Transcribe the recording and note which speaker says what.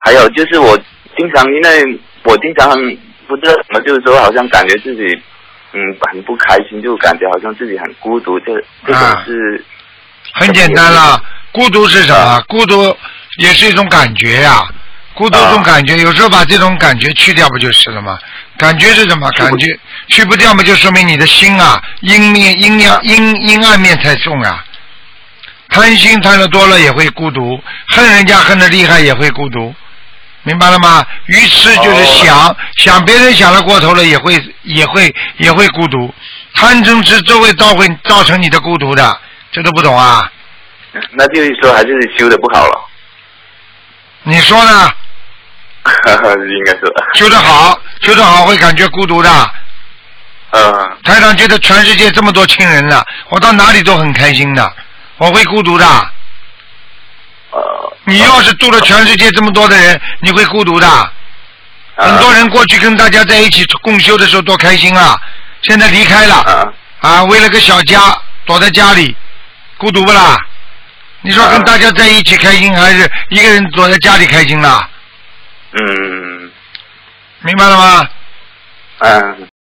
Speaker 1: 还有就是我经常因为我经常很不知道怎么，就是说好像感觉自己嗯很不开心，就感觉好像自己很孤独，这这
Speaker 2: 啊
Speaker 1: 种是、
Speaker 2: 很简单啦，孤独是什么？孤独也是一种感觉呀、孤独这种感觉，有时候把这种感觉去掉不就是了吗？感觉是什么？感觉去不掉嘛，就说明你的心啊，阴面、阴阳、阴阴暗面太重啊。贪心贪的多了也会孤独，恨人家恨的厉害也会孤独，明白了吗？愚痴就是想、想别人想的过头了也会也会也会孤独，贪嗔痴都会造会造成你的孤独的，这都不懂啊？
Speaker 1: 那就是说还是修的不好了，
Speaker 2: 你说呢？
Speaker 1: 应该是
Speaker 2: 修得好，修得好会感觉孤独的。
Speaker 1: 嗯，
Speaker 2: 台长觉得全世界这么多亲人了，我到哪里都很开心的，我会孤独的。
Speaker 1: 呃
Speaker 2: 你要是度了全世界这么多的人，你会孤独的。
Speaker 1: 呃
Speaker 2: 很多人过去跟大家在一起共修的时候多开心啊，现在离开
Speaker 1: 呃
Speaker 2: 了，啊，为了个小家躲在家里，孤独不啦？你说跟大家在一起开心，还是一个人躲在家里开心啦？
Speaker 1: 嗯
Speaker 2: 明白了吗？
Speaker 1: 嗯，